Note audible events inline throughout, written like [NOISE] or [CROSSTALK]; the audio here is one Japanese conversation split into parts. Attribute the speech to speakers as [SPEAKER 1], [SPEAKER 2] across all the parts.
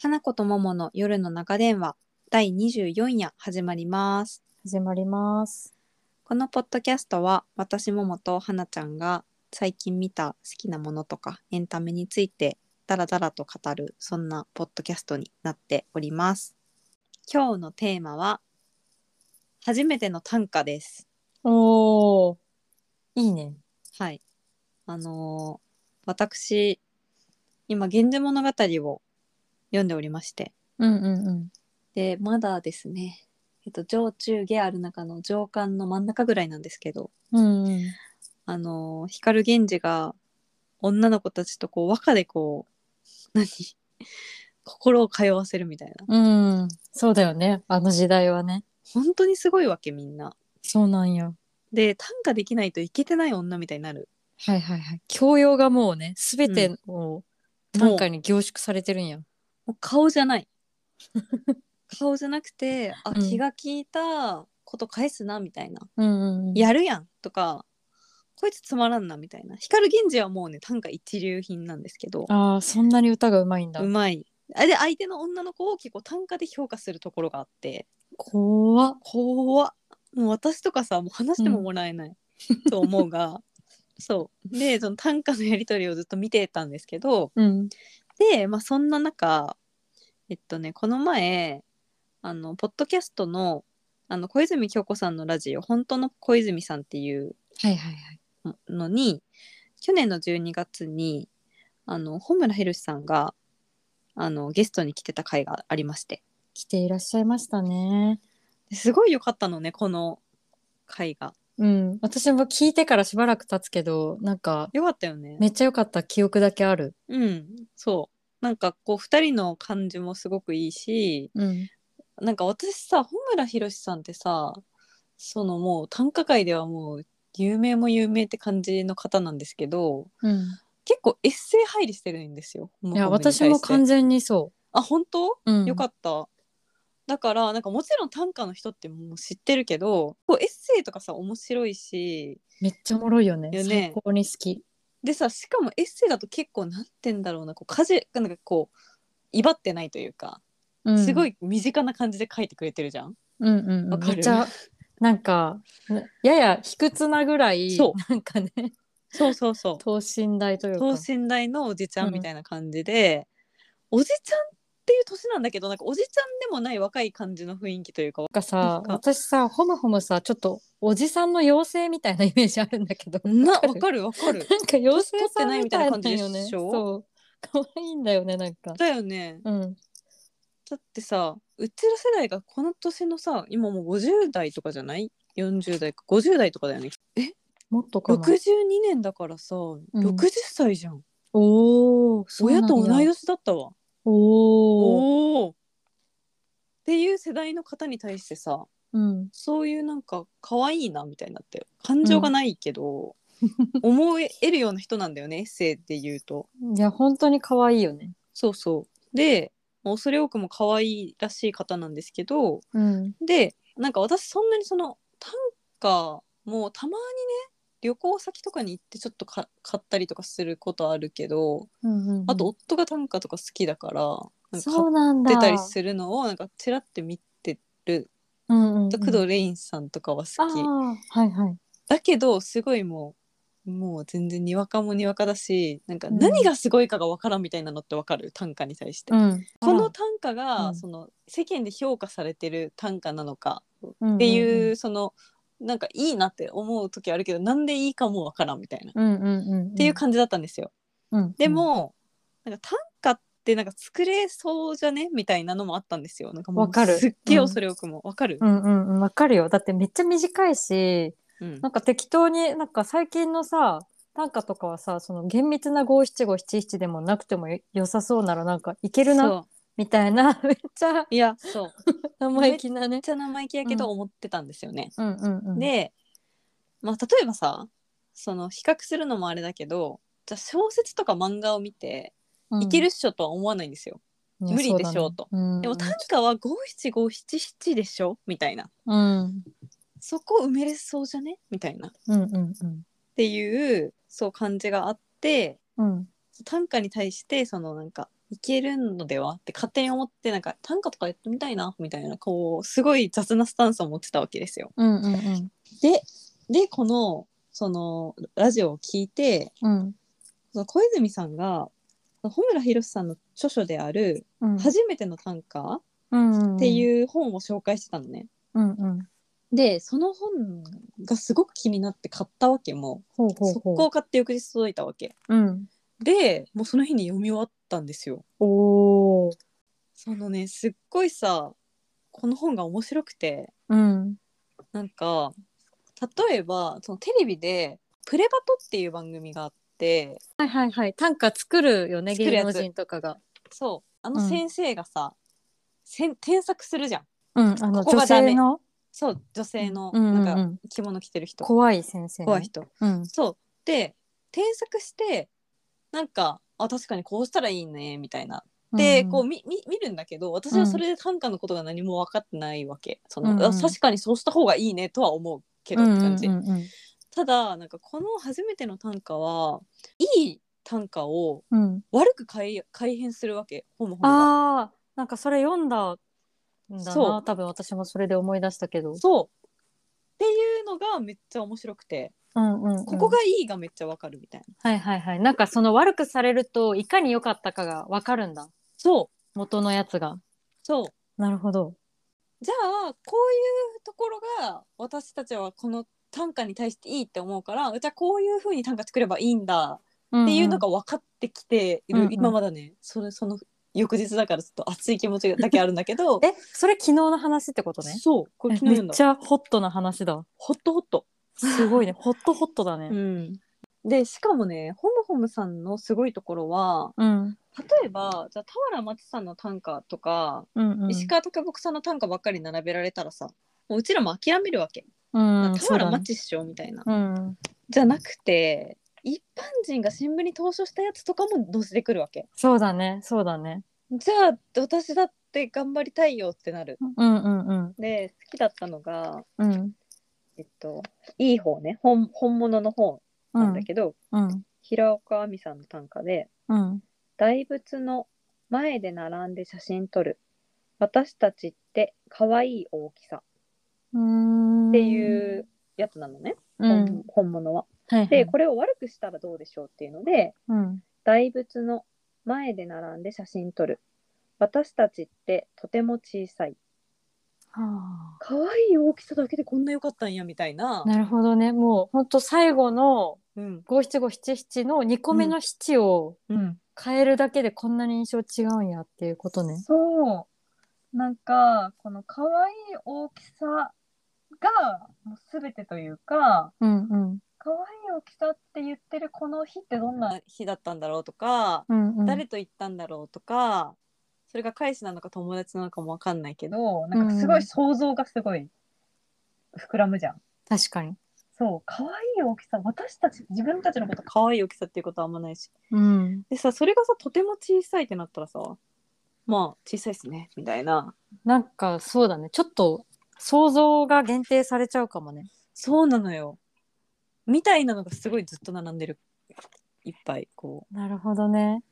[SPEAKER 1] 花子と桃の夜の中電話第24夜始まります。
[SPEAKER 2] 始まります。
[SPEAKER 1] このポッドキャストは私桃と花ちゃんが最近見た好きなものとかエンタメについてダラダラと語るそんなポッドキャストになっております。今日のテーマは初めての短歌です。
[SPEAKER 2] おお。いいね。
[SPEAKER 1] はい。あのー私今「源氏物語」を読んでおりまして
[SPEAKER 2] うんうんうん。
[SPEAKER 1] でまだですねえっと上中下ある中の上巻の真ん中ぐらいなんですけど
[SPEAKER 2] うん、
[SPEAKER 1] あのー光源氏が女の子たちとこう和歌でこう何 [LAUGHS] 心を通わせるみたいな
[SPEAKER 2] うん。うん。そうだよね。あの時代はね。
[SPEAKER 1] 本当にすごいわけみんな。
[SPEAKER 2] そうなんよ。
[SPEAKER 1] で短歌できないといけてない女みたいになる。
[SPEAKER 2] はいはいはい。教養がもうね、すべてを短歌
[SPEAKER 1] も
[SPEAKER 2] に凝縮されてるんや。
[SPEAKER 1] うもう顔じゃ
[SPEAKER 2] [LAUGHS]
[SPEAKER 1] ない。顔じゃなくてあ
[SPEAKER 2] うん
[SPEAKER 1] 気が利いたこと返すなみたいな。
[SPEAKER 2] うんうんうん。
[SPEAKER 1] やるやんとかこいつつまらんなみたいな。光源氏はもうね短歌一流品なんですけど。
[SPEAKER 2] ああ、そんなに歌がうまいんだ
[SPEAKER 1] う。まいあで相手の女の子を結構単価で評価するところがあって
[SPEAKER 2] 怖っ。
[SPEAKER 1] 怖っもう私とかさもう話してももらえない、と思うが [LAUGHS] そうでその短歌のやり取りをずっと見てたんですけど
[SPEAKER 2] うん。
[SPEAKER 1] で、まあ、そんな中えっとねこの前あのポッドキャストのあの小泉京子さんのラジオ「本当の小泉さん」っていう
[SPEAKER 2] はいはいはい。
[SPEAKER 1] のに去年の12月にあの本村博さんがあのゲストに来てた回がありまして
[SPEAKER 2] 来ていらっしゃいましたね。
[SPEAKER 1] ですごい良かったのねこの回が
[SPEAKER 2] うん。私も聞いてからしばらく経つけど、なんか、
[SPEAKER 1] 良かったよね
[SPEAKER 2] めっちゃ良かった記憶だけある。
[SPEAKER 1] うんそうなんかこう2人の感じもすごくいいし
[SPEAKER 2] うん。
[SPEAKER 1] なんか私さ本村博さんってさそのもう短歌界ではもう有名も有名って感じの方なんですけど
[SPEAKER 2] うん。
[SPEAKER 1] 結構エッセイ入りしてるんですよ
[SPEAKER 2] いや、私も完
[SPEAKER 1] じ
[SPEAKER 2] 全にそ
[SPEAKER 1] あ本当
[SPEAKER 2] う。うん。
[SPEAKER 1] よか
[SPEAKER 2] っ
[SPEAKER 1] った。だからなんかもちろん短歌の人ってもう知ってるけどこうエッセイとかさ面白いし
[SPEAKER 2] めっちゃおもろいよね。
[SPEAKER 1] よね
[SPEAKER 2] 最高に好き。
[SPEAKER 1] でさしかもエッセイだと結構なんて言うんだろうなこうかじなんかこう威張ってないというか
[SPEAKER 2] うん
[SPEAKER 1] すご。い身近な感じで書いてくれてるじゃん。
[SPEAKER 2] うんうんう
[SPEAKER 1] わ
[SPEAKER 2] ん。
[SPEAKER 1] かる
[SPEAKER 2] めっちゃ、なんか、やや卑屈なぐらい、
[SPEAKER 1] そう
[SPEAKER 2] なんかね、
[SPEAKER 1] そうそうそ
[SPEAKER 2] 等身大という
[SPEAKER 1] う。
[SPEAKER 2] か。
[SPEAKER 1] 等身大のおじちゃんみたいな感じで、おじちゃんっていう年なんだけどなんかおじちゃんでもない若い感じの雰囲気というか
[SPEAKER 2] なんか
[SPEAKER 1] な
[SPEAKER 2] さ
[SPEAKER 1] ん、か
[SPEAKER 2] 私さ、ほむほむさ、ちょっとおじさんの妖精みたいなイメージあるんだけど。
[SPEAKER 1] な
[SPEAKER 2] わ
[SPEAKER 1] わかるわかる。
[SPEAKER 2] なんか妖精さんみたい
[SPEAKER 1] 取
[SPEAKER 2] な
[SPEAKER 1] ってないみたいな感じ
[SPEAKER 2] よね。
[SPEAKER 1] でしょ
[SPEAKER 2] そう。可愛いんだよね、なんか。
[SPEAKER 1] だよね。
[SPEAKER 2] うん。
[SPEAKER 1] だってさうちら世代がこの年のさ今もう50代とかじゃない40代か50代とかだよね
[SPEAKER 2] もっとかな。
[SPEAKER 1] 62年だからさ、60歳じゃん
[SPEAKER 2] おお。そうな
[SPEAKER 1] 親
[SPEAKER 2] んや
[SPEAKER 1] と同い。年だったわ
[SPEAKER 2] おお。
[SPEAKER 1] おおーっていう世代の方に対してさ
[SPEAKER 2] うん。
[SPEAKER 1] そういうなんか可愛いなみたいになって感情がないけど、
[SPEAKER 2] [LAUGHS]
[SPEAKER 1] 思えるような人なんだよねエッセイで言うと
[SPEAKER 2] いや、本当に可愛いよね。
[SPEAKER 1] そうそうでもう恐れ多くも可愛いらしい方なんですけど
[SPEAKER 2] うん。
[SPEAKER 1] でなんか私そんなにその短歌もたまにね旅行先とかに行ってちょっとか買ったりとかすることあるけど
[SPEAKER 2] うんうんうん
[SPEAKER 1] あと、夫が短歌とか好きだからなんか
[SPEAKER 2] そうなんだ。
[SPEAKER 1] 買ってたりするのをなんかちらって見てる
[SPEAKER 2] うんうんうん、
[SPEAKER 1] 工藤レインさんとかは
[SPEAKER 2] あ
[SPEAKER 1] 好き、
[SPEAKER 2] ーはいはい。
[SPEAKER 1] だけどすごいもうもう全然にわかもにわかだしなんか
[SPEAKER 2] うん
[SPEAKER 1] 何がすごいかがわからんみたいなのってわかる短歌に対して。
[SPEAKER 2] ん、
[SPEAKER 1] この短歌が、
[SPEAKER 2] うん
[SPEAKER 1] その世間で評価されてる短歌なのか
[SPEAKER 2] っ
[SPEAKER 1] っていう,、
[SPEAKER 2] う
[SPEAKER 1] そのなんかいいなって思う時あるけどなんでいいかもわからんみたいな、っ
[SPEAKER 2] んうんうんうん、って
[SPEAKER 1] いう感じだったんですよ。
[SPEAKER 2] じ、うんうん、
[SPEAKER 1] でも、なんか短歌ってなんか作れそうじゃねみたいなのもあったんですよ。なんかもう
[SPEAKER 2] わかる
[SPEAKER 1] すっげえ
[SPEAKER 2] うん
[SPEAKER 1] 恐れ多くもわ、かる
[SPEAKER 2] う、んうんうんわかるよだってめっちゃ短いし
[SPEAKER 1] うん
[SPEAKER 2] なんか適当になんか最近のさ短歌とかはさその厳密な五七五七七でもなくてもよ良さそうならなんかいけるな
[SPEAKER 1] そう
[SPEAKER 2] みたいな [LAUGHS] めっちゃ
[SPEAKER 1] いやそうめっ
[SPEAKER 2] 生意気なね。
[SPEAKER 1] ちゃ生意気やけど思ってたんですよね。
[SPEAKER 2] うんうんうん、
[SPEAKER 1] で、まあ、例えばさその比較するのもあれだけどじゃあ小説とか漫画を見て、
[SPEAKER 2] うん
[SPEAKER 1] いけるっしょとは思わないんですよ。
[SPEAKER 2] いや
[SPEAKER 1] 無理でしょうと
[SPEAKER 2] そうだねうんうん、
[SPEAKER 1] でも短歌は五七五七七でしょみたいな
[SPEAKER 2] うん
[SPEAKER 1] そこ埋めれそうじゃねみたいなっ
[SPEAKER 2] うんうんうん
[SPEAKER 1] ていうそう感じがあって
[SPEAKER 2] うん
[SPEAKER 1] 短歌に対してそのなんかいけるのではって勝手に思ってなんか短歌とかやってみたいなみたいなこうすごい雑なスタンスを持ってたわけですよ。
[SPEAKER 2] うんうん
[SPEAKER 1] ででこのそのラジオを聞いて
[SPEAKER 2] うん
[SPEAKER 1] その小泉さんが穂村弘さんの著書である
[SPEAKER 2] う
[SPEAKER 1] 「
[SPEAKER 2] ん
[SPEAKER 1] 初めての短歌」
[SPEAKER 2] うん
[SPEAKER 1] って
[SPEAKER 2] う
[SPEAKER 1] いう本を紹介してたのね。
[SPEAKER 2] んうん
[SPEAKER 1] でその本がすごく気になって買ったわけも
[SPEAKER 2] ほう
[SPEAKER 1] う
[SPEAKER 2] ほう
[SPEAKER 1] 速
[SPEAKER 2] ほ
[SPEAKER 1] 攻買って翌日届いたわけ
[SPEAKER 2] ううん
[SPEAKER 1] でもうその日に読み終わったんですよ
[SPEAKER 2] おお
[SPEAKER 1] そのねすっごいさこの本が面白くて
[SPEAKER 2] うん
[SPEAKER 1] なんか例えばそのテレビで「プレバト」っていう番組があって
[SPEAKER 2] はいはいはい短歌作るよね
[SPEAKER 1] 作るや
[SPEAKER 2] 芸
[SPEAKER 1] つ
[SPEAKER 2] 能人とかが
[SPEAKER 1] そうあの先生がさ、せん添削するじゃん
[SPEAKER 2] うんあの
[SPEAKER 1] ここ
[SPEAKER 2] 女
[SPEAKER 1] がダメ
[SPEAKER 2] 性の
[SPEAKER 1] そう女性の
[SPEAKER 2] うんうんう
[SPEAKER 1] なんんか着物着てる人、
[SPEAKER 2] 怖い先生ね
[SPEAKER 1] 怖い人
[SPEAKER 2] うん
[SPEAKER 1] そうで添削してなんかあ確かにこうしたらいいねみたいなで、こう見見見るんだけど私はそれで短歌のことが何も分かってないわけ、その
[SPEAKER 2] うんうん
[SPEAKER 1] あ確かにそうした方がいいねとは思うけ
[SPEAKER 2] け
[SPEAKER 1] どって感じ、
[SPEAKER 2] うんうんうん
[SPEAKER 1] ただなんかこの初めての短歌はいい短歌を
[SPEAKER 2] うんうん
[SPEAKER 1] 悪く改改変するわけほもほもが
[SPEAKER 2] ああなんかそれ読んだんだ
[SPEAKER 1] そ
[SPEAKER 2] な
[SPEAKER 1] う
[SPEAKER 2] 多分私もそれで思い出したけど
[SPEAKER 1] そうっていうのがめっちゃ面白くて、
[SPEAKER 2] うんうんうん
[SPEAKER 1] ここがいいがめっちゃわかるみたいな
[SPEAKER 2] はいはいはいなんかその悪くされるといかに良かったかが分かるんだ
[SPEAKER 1] そう
[SPEAKER 2] 元のやつが
[SPEAKER 1] そう
[SPEAKER 2] なるほど
[SPEAKER 1] じゃあこういうところが私たちはこの短歌に対していいって思うからじゃあこういうふうに短歌作ればいいんだ
[SPEAKER 2] っ
[SPEAKER 1] っていうのが分かってきている、
[SPEAKER 2] うんうん
[SPEAKER 1] 今まだねそれその翌日だからちょっと熱い気持ちだけあるんだけど
[SPEAKER 2] [LAUGHS] えそれ昨日の話ってことね
[SPEAKER 1] そうこれ昨日
[SPEAKER 2] め
[SPEAKER 1] 読
[SPEAKER 2] っ
[SPEAKER 1] んだ
[SPEAKER 2] ちゃホットな話だ
[SPEAKER 1] ホットホット、
[SPEAKER 2] すごいねホットホットだね
[SPEAKER 1] でしかもねホムホムさんのすごいところは
[SPEAKER 2] うん
[SPEAKER 1] 例えばじゃあ俵真知さんの短歌とか、
[SPEAKER 2] うんうん
[SPEAKER 1] 石川啄木さんの短歌ばっかり並べられたらさもううちらも諦めるわけ、
[SPEAKER 2] うん
[SPEAKER 1] 俵
[SPEAKER 2] そうだ
[SPEAKER 1] 真
[SPEAKER 2] ね
[SPEAKER 1] 知っしょみたいな
[SPEAKER 2] うん
[SPEAKER 1] じゃなくて一般人が新聞に投書したやつとかも載せてくるわけ
[SPEAKER 2] そうだねそうだね
[SPEAKER 1] じゃあ私だって頑張りたいよってなる
[SPEAKER 2] うんうんうん
[SPEAKER 1] で好きだったのが
[SPEAKER 2] うん
[SPEAKER 1] えっといい方ね本本物の方
[SPEAKER 2] う
[SPEAKER 1] なん
[SPEAKER 2] ん
[SPEAKER 1] だけど、
[SPEAKER 2] うん
[SPEAKER 1] 平岡亜美さんの短歌で
[SPEAKER 2] うん
[SPEAKER 1] 「大仏の前で並んで写真撮る私たちって可愛い大きさ」
[SPEAKER 2] うん
[SPEAKER 1] っていうやつなのね、
[SPEAKER 2] うん
[SPEAKER 1] 本本物は。
[SPEAKER 2] はいはい
[SPEAKER 1] でこれを悪くしたらどうでしょうっていうので
[SPEAKER 2] うん
[SPEAKER 1] 大仏の前で並んで写真撮る私たちってとても小さい
[SPEAKER 2] は
[SPEAKER 1] 可愛い大きさだけでこんな良かったんやみたいな
[SPEAKER 2] あなるほどねもうほんと最後の
[SPEAKER 1] うん
[SPEAKER 2] 五七五七七の2個目の七を
[SPEAKER 1] うん
[SPEAKER 2] 変えるだけでこんなに印象違うんやっていうことね。
[SPEAKER 1] そうなんかこの可愛い大きさがもう全てというか
[SPEAKER 2] うんうん
[SPEAKER 1] 可愛い大きさって言ってるこの日ってどんな日だったんだろうとか、
[SPEAKER 2] うんうん、
[SPEAKER 1] 誰と行ったんだろうとかそれが彼氏なのか友達なのかもわかんないけどなんかすご
[SPEAKER 2] うん
[SPEAKER 1] い想像がすごい膨らむじゃん。
[SPEAKER 2] 確かに。
[SPEAKER 1] そう可愛い大きさ私たち自分たちのこと可愛い大きさっていうことはあんまないし
[SPEAKER 2] うん、
[SPEAKER 1] でさそれがさとても小さいってなったらさまあ小さいっすねみたいな
[SPEAKER 2] なんかそうだねちょっと想像が限定されちゃうかもね。
[SPEAKER 1] そうなのよみたいなのがすごいずっと並んでるいっぱいこ
[SPEAKER 2] なるほどね。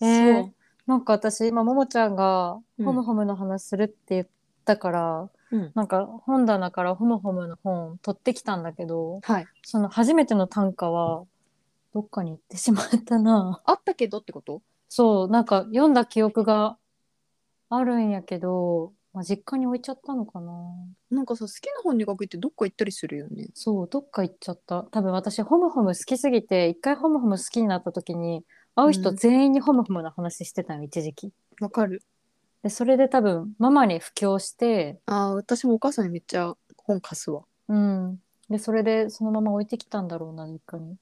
[SPEAKER 1] う、
[SPEAKER 2] えー
[SPEAKER 1] そ
[SPEAKER 2] なんか私今ももちゃんが「
[SPEAKER 1] うん
[SPEAKER 2] ホムホムの話する」って言ったから、
[SPEAKER 1] うん
[SPEAKER 2] なんか本棚からホムホムの本取ってきたんだけど
[SPEAKER 1] うはい
[SPEAKER 2] その初めての短歌はどっかに行ってしまったな。
[SPEAKER 1] あったけどってこと
[SPEAKER 2] そう、なんか読んだ記憶があるんやけど、まあ、実家に置いちゃったのかな。
[SPEAKER 1] なんかさ好きな本に書くってどっか行ったりするよね
[SPEAKER 2] そう、どっか行っちゃった。多分私、ホムホム好きすぎて、一回ホムホム好きになった時に、会う人
[SPEAKER 1] うん
[SPEAKER 2] 全員にホムホムの話してたの、一時期。
[SPEAKER 1] わかる
[SPEAKER 2] で、それで多分、ママに布教して、
[SPEAKER 1] あー私もお母さんにめっちゃ本貸すわ
[SPEAKER 2] うん。で、それでそのまま置いてきたんだろうな、実家に。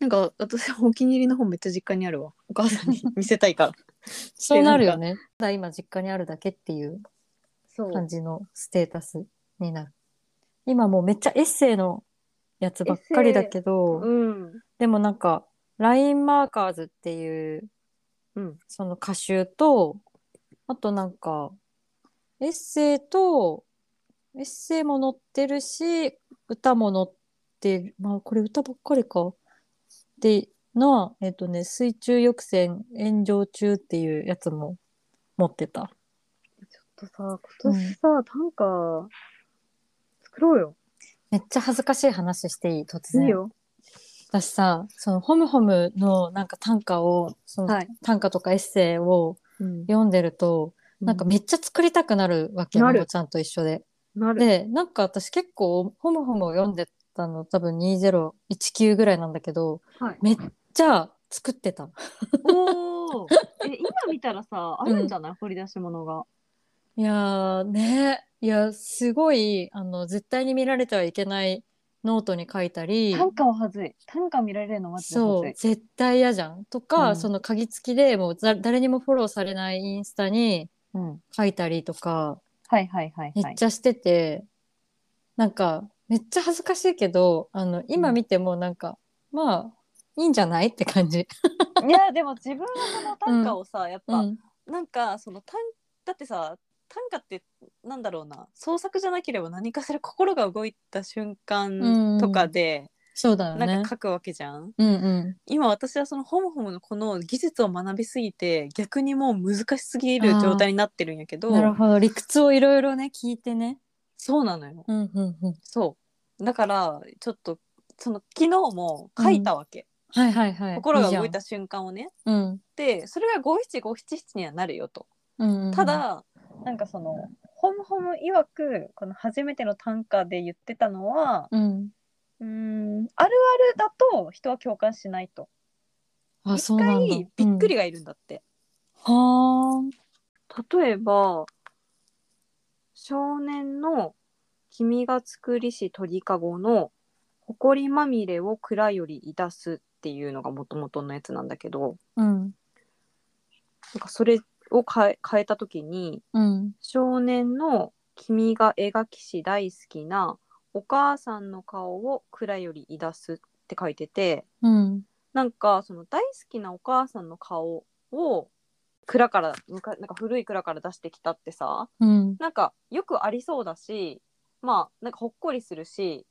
[SPEAKER 1] なんか私お気に入りの本めっちゃ実家にあるわお母さんに見せた [LAUGHS] いから
[SPEAKER 2] そうなるよね。ただ今、実家にあるだけっていう
[SPEAKER 1] そ
[SPEAKER 2] 感じのステータスになる。今もうめっちゃエッセイのやつばっかりだけど、
[SPEAKER 1] うん
[SPEAKER 2] でもなんか、ラインマーカーズっていう、
[SPEAKER 1] うん
[SPEAKER 2] その歌集と、あとなんか、エッセイと、エッセイも載ってるし、歌も載ってる。まあ、これ歌ばっかりか。で、の、えっとね、水中抑船炎上中っていうやつも持ってた。
[SPEAKER 1] ちょっとさ、今年さ、短歌作ろうよ。
[SPEAKER 2] めっちゃ恥ずかしい話していい突然。
[SPEAKER 1] いいよ。
[SPEAKER 2] 私さ、そのホムホムのなんか短歌を、その
[SPEAKER 1] はい
[SPEAKER 2] 短歌とかエッセイを
[SPEAKER 1] うん
[SPEAKER 2] 読んでると、なんかめっちゃ作りたくなるわけ、
[SPEAKER 1] な
[SPEAKER 2] マ
[SPEAKER 1] る
[SPEAKER 2] モちゃんと一緒で。
[SPEAKER 1] なる。
[SPEAKER 2] で、なんか私結構ホムホムを読んでたの多分2019ぐらいなんだけど、
[SPEAKER 1] はい。
[SPEAKER 2] めっちゃ作ってた。
[SPEAKER 1] おーえ、今見たらさ、あるんじゃない、掘り出し物が。
[SPEAKER 2] いやーねいやすごいあの絶対に見られてはいけないノートに書いたり
[SPEAKER 1] 短歌ははずい。短歌見られるのマジでは
[SPEAKER 2] そ
[SPEAKER 1] ず
[SPEAKER 2] う
[SPEAKER 1] い。
[SPEAKER 2] 絶対嫌じゃんとか、
[SPEAKER 1] うん
[SPEAKER 2] その鍵付きでもうざ誰にもフォローされないインスタに
[SPEAKER 1] うん。
[SPEAKER 2] 書いたりとか
[SPEAKER 1] はいはいはい
[SPEAKER 2] め
[SPEAKER 1] は
[SPEAKER 2] っ
[SPEAKER 1] い。
[SPEAKER 2] ちゃしてて、なんかめっちゃ恥ずかしいけどあの今見てもなんか、まあいいんじゃないって感じ。
[SPEAKER 1] いや、でも自分はその短歌をさ、やっ
[SPEAKER 2] う
[SPEAKER 1] ぱ、
[SPEAKER 2] ん
[SPEAKER 1] なんか、その短、だってさ、短歌ってなんだろうな創作じゃなければ何かしら心が動いた瞬間とかで
[SPEAKER 2] そうだよね。
[SPEAKER 1] なんか書くわけじゃん、
[SPEAKER 2] うんうん、
[SPEAKER 1] 今私はそのホムホムのこの技術を学びすぎて逆にもう難しすぎる状態になってるんやけど
[SPEAKER 2] なるほど理屈をいろいろね聞いてね。
[SPEAKER 1] そうなのよ
[SPEAKER 2] うんうんうん、
[SPEAKER 1] そうだからちょっとその昨日も書いたわけ、
[SPEAKER 2] はいはいはい。
[SPEAKER 1] 心が
[SPEAKER 2] じゃん
[SPEAKER 1] 動いた瞬間をね
[SPEAKER 2] うん
[SPEAKER 1] でそれが五七五七七にはなるよと
[SPEAKER 2] うんうん
[SPEAKER 1] た、だ、なんかそのホムホム曰くこの初めての短歌で言ってたのは
[SPEAKER 2] うん、
[SPEAKER 1] うーんあるあるだと人は共感しないと
[SPEAKER 2] あ
[SPEAKER 1] 一
[SPEAKER 2] そうなんだ
[SPEAKER 1] 回びっくり
[SPEAKER 2] うん
[SPEAKER 1] がいるんだって、
[SPEAKER 2] は
[SPEAKER 1] 例えば「少年の君が作りし鳥かごの埃まみれを蔵よりいだす」っていうのがもともとのやつなんだけど
[SPEAKER 2] あうん
[SPEAKER 1] なんかそれを変え変えた時に
[SPEAKER 2] うん
[SPEAKER 1] 少年の君が描きし大好きなお母さんの顔を蔵よりいだすって書いてて
[SPEAKER 2] うん
[SPEAKER 1] なんかその大好きなお母さんの顔を蔵からむかなんか古い蔵から出してきたってさ
[SPEAKER 2] うん
[SPEAKER 1] なんかよくありそうだしまあなんかほっこりするし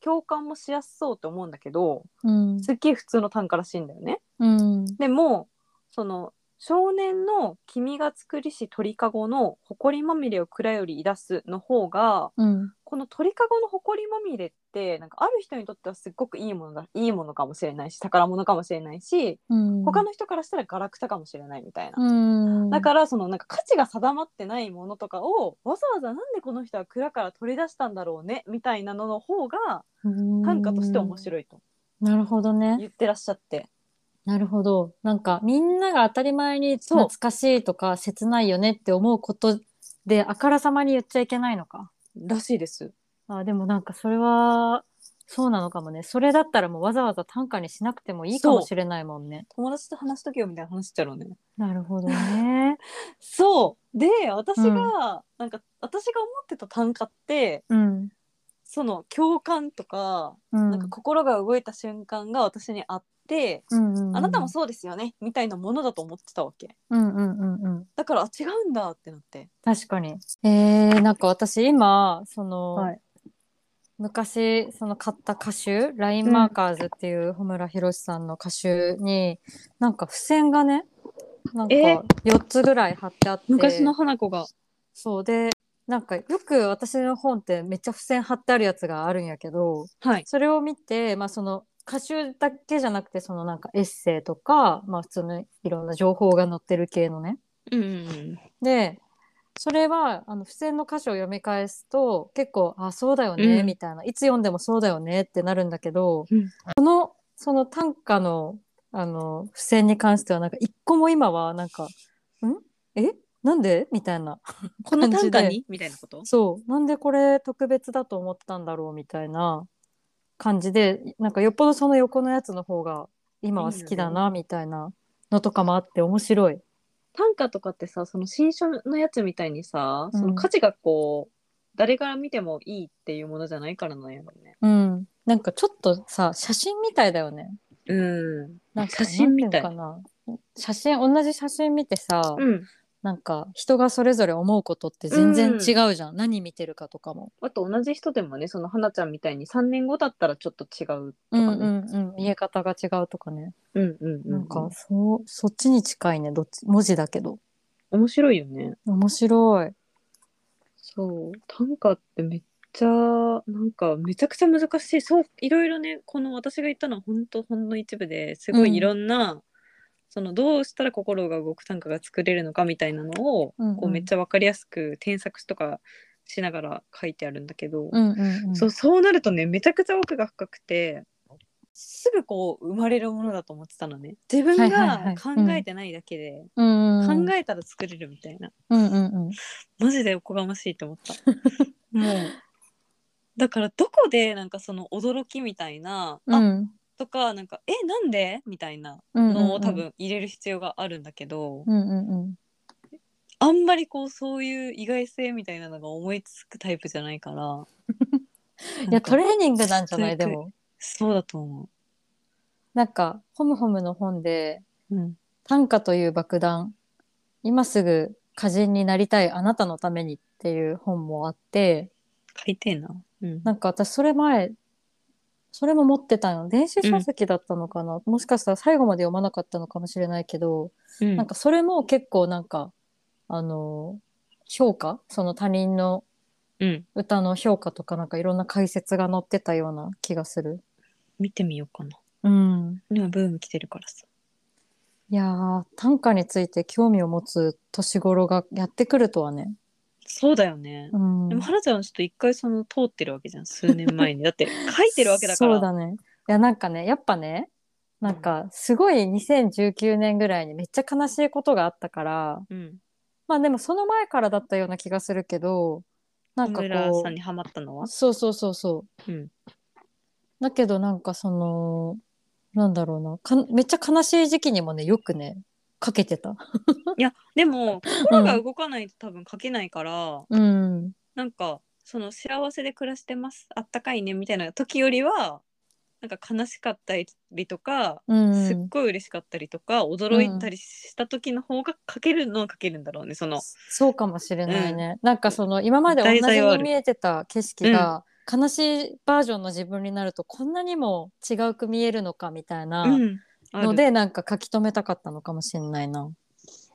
[SPEAKER 1] 共感もしやすそうと思うんだけど
[SPEAKER 2] うん
[SPEAKER 1] すっげえ普通の短歌らしいんだよね。
[SPEAKER 2] うん
[SPEAKER 1] でもその少年の君が作りし鳥かごの埃まみれを蔵よりいだすの方が
[SPEAKER 2] うん
[SPEAKER 1] この鳥かごの埃まみれってなんかある人にとってはすっごくいいものだいいものかもしれないし宝物かもしれないし
[SPEAKER 2] うん
[SPEAKER 1] 他の人からしたらガラクタかもしれないみたいな。
[SPEAKER 2] うん
[SPEAKER 1] だからそのなんか価値が定まってないものとかをわざわざなんでこの人は蔵から取り出したんだろうねみたいなのの方が短歌として面
[SPEAKER 2] い
[SPEAKER 1] 白いと
[SPEAKER 2] なるほどね
[SPEAKER 1] 言ってらっしゃって
[SPEAKER 2] なるほどなんかみんなが当たり前に
[SPEAKER 1] そう
[SPEAKER 2] 懐かしいとか切ないよねって思うことであからさまに言っちゃいけないのから
[SPEAKER 1] しいです。
[SPEAKER 2] あでもなんかそれはそうなのかもねそれだったらもうわざわざ短歌にしなくてもいいかもしれないもんね
[SPEAKER 1] 友達と話しとけよみたいな話しちゃろうね。
[SPEAKER 2] なるほ
[SPEAKER 1] [LAUGHS]
[SPEAKER 2] どね
[SPEAKER 1] そうで私が、
[SPEAKER 2] うん
[SPEAKER 1] なんか私が思ってた短歌って
[SPEAKER 2] うん
[SPEAKER 1] その共感とか,、
[SPEAKER 2] うん
[SPEAKER 1] なんか心が動いた瞬間が私にあって、
[SPEAKER 2] うんうんうん
[SPEAKER 1] あなたもそうですよねみたいなものだと思ってたわけ
[SPEAKER 2] うんうんうんうん
[SPEAKER 1] だからあ違うんだってなって、
[SPEAKER 2] 確かにえー、なんか私今その、
[SPEAKER 1] はい
[SPEAKER 2] 昔その買った歌集「ラインマーカーズ」っていう穂村弘さんの歌集に、なんか付箋がねなんか
[SPEAKER 1] え
[SPEAKER 2] 4つぐらい貼ってあって
[SPEAKER 1] 花子が、
[SPEAKER 2] そうでなんかよく私の本ってめっちゃ付箋貼ってあるやつがあるんやけど
[SPEAKER 1] はい、
[SPEAKER 2] それを見て、まあ、その歌集だけじゃなくてそのなんかエッセイとか、まあ、普通のいろんな情報が載ってる系のね
[SPEAKER 1] うんうん
[SPEAKER 2] でそれはあの付箋の箇所を読み返すと結構「あそうだよね」
[SPEAKER 1] うん
[SPEAKER 2] みたいな、いつ読んでもそうだよね」ってなるんだけど、
[SPEAKER 1] うん
[SPEAKER 2] そのその短歌のあの付箋に関してはなんか一個も今はなんか「んえなんで?」みたいな
[SPEAKER 1] こ
[SPEAKER 2] の短歌に
[SPEAKER 1] みたいなこと
[SPEAKER 2] そうなんでこれ特別だと思ったんだろうみたいな感じでなんかよっぽどその横のやつの方が今は好きだなみたいなのとかもあって面白い。
[SPEAKER 1] 短歌とかってさその新書のやつみたいにさ
[SPEAKER 2] うん
[SPEAKER 1] その価値がこう、誰から見てもいいっていうものじゃないからなんやろね
[SPEAKER 2] うん、なんかちょっとさ写真みたいだよね。
[SPEAKER 1] うん
[SPEAKER 2] なん
[SPEAKER 1] 写
[SPEAKER 2] か
[SPEAKER 1] 真みたい
[SPEAKER 2] なんてうのかな写真同じ写真見てさ、
[SPEAKER 1] うん
[SPEAKER 2] なんか人がそれぞれ思うことって全然違うじゃん、何見てるかとかも。
[SPEAKER 1] あと同じ人でもねその花ちゃんみたいに3年後だったらちょっと違うとか
[SPEAKER 2] う
[SPEAKER 1] ね、
[SPEAKER 2] んうんうん、見え方が違うとかね、
[SPEAKER 1] うんうんう
[SPEAKER 2] なんかそうそっちに近いねどっち文字だけど
[SPEAKER 1] 面白いよね
[SPEAKER 2] 面白い
[SPEAKER 1] そう短歌ってめっちゃなんかめちゃくちゃ難しいそういろいろねこの私が言ったのは本当ほんの一部ですご
[SPEAKER 2] うん
[SPEAKER 1] いいろんな、そのどうしたら心が動く短歌が作れるのかみたいなのを、
[SPEAKER 2] うんうん
[SPEAKER 1] こうめっちゃわかりやすく添削とかしながら書いてあるんだけど、
[SPEAKER 2] うんうん、うん、
[SPEAKER 1] そうそうなるとねめちゃくちゃ奥が深くてすぐこう生まれるものだと思ってたのね自分
[SPEAKER 2] はいはいは
[SPEAKER 1] が
[SPEAKER 2] い
[SPEAKER 1] 考えてないだけで、
[SPEAKER 2] うんうんうん
[SPEAKER 1] 考えたら作れるみたいな
[SPEAKER 2] うんうんうん
[SPEAKER 1] マジでおこがましいと思った
[SPEAKER 2] [LAUGHS]
[SPEAKER 1] もうだからどこでなんかその驚きみたいな、
[SPEAKER 2] う
[SPEAKER 1] あ
[SPEAKER 2] ん
[SPEAKER 1] とかなんかえなんでみたいな
[SPEAKER 2] うんうん
[SPEAKER 1] のを多分入れる必要があるんだけど、
[SPEAKER 2] うんうんうん
[SPEAKER 1] あんまりこうそういう意外性みたいなのが思いつくタイプじゃないから
[SPEAKER 2] [LAUGHS] いやト
[SPEAKER 1] れ
[SPEAKER 2] レーニングなんじゃない
[SPEAKER 1] ついつ
[SPEAKER 2] で
[SPEAKER 1] い
[SPEAKER 2] も
[SPEAKER 1] そうだと思
[SPEAKER 2] なんか「ホムホム」の本で
[SPEAKER 1] う、うん、
[SPEAKER 2] 「短歌という爆弾今すぐ歌人になりたいあなたのために」っていう本もあって
[SPEAKER 1] 書いてえな、うん、
[SPEAKER 2] なんか私それ前それも持ってたの電子書籍だったのかな、もしかしたら最後まで読まなかったのかもしれないけど、
[SPEAKER 1] うん
[SPEAKER 2] なんかそれも結構なんかあの評価その他人の
[SPEAKER 1] うん、
[SPEAKER 2] 歌の評価とかなんかいろんな解説が載ってたような気がする。
[SPEAKER 1] 見てみようかな
[SPEAKER 2] うん、
[SPEAKER 1] 今ブーム来てるからさ
[SPEAKER 2] いやー短歌について興味を持つ年頃がやってくるとはね。
[SPEAKER 1] そうだよね、
[SPEAKER 2] うん、
[SPEAKER 1] でも花ちゃんはちょっと一回その通ってるわけじゃん数年前にだって書いてるわけだから
[SPEAKER 2] そうだね。いやなんかねやっぱねなんかすごい2019年ぐらいにめっちゃ悲しいことがあったから
[SPEAKER 1] うん、
[SPEAKER 2] まあでもその前からだったような気がするけどなんか
[SPEAKER 1] 小村
[SPEAKER 2] こ
[SPEAKER 1] さんにハマったの
[SPEAKER 2] う
[SPEAKER 1] は
[SPEAKER 2] そうそうそうそう、
[SPEAKER 1] うん
[SPEAKER 2] だけどなんかそのなんだろうなかんめっちゃ悲しい時期にもねよくねかけてた。
[SPEAKER 1] いやでも心が動かないと多分書けないから、
[SPEAKER 2] うん、
[SPEAKER 1] なんかその幸せで暮らしてますあったかいねみたいな時よりはなんか悲しかったりとか、
[SPEAKER 2] うん、
[SPEAKER 1] すっごい嬉しかったりとか驚いたりした時の方が書けるのは書けるんだろうねその
[SPEAKER 2] そうかもしれないね、なんかその今まで同じに見えてた景色が、悲しいバージョンの自分になるとこんなにも違うく見えるのかみたいな
[SPEAKER 1] うんある
[SPEAKER 2] ので、なんか書き留めたかったのかもしれないな。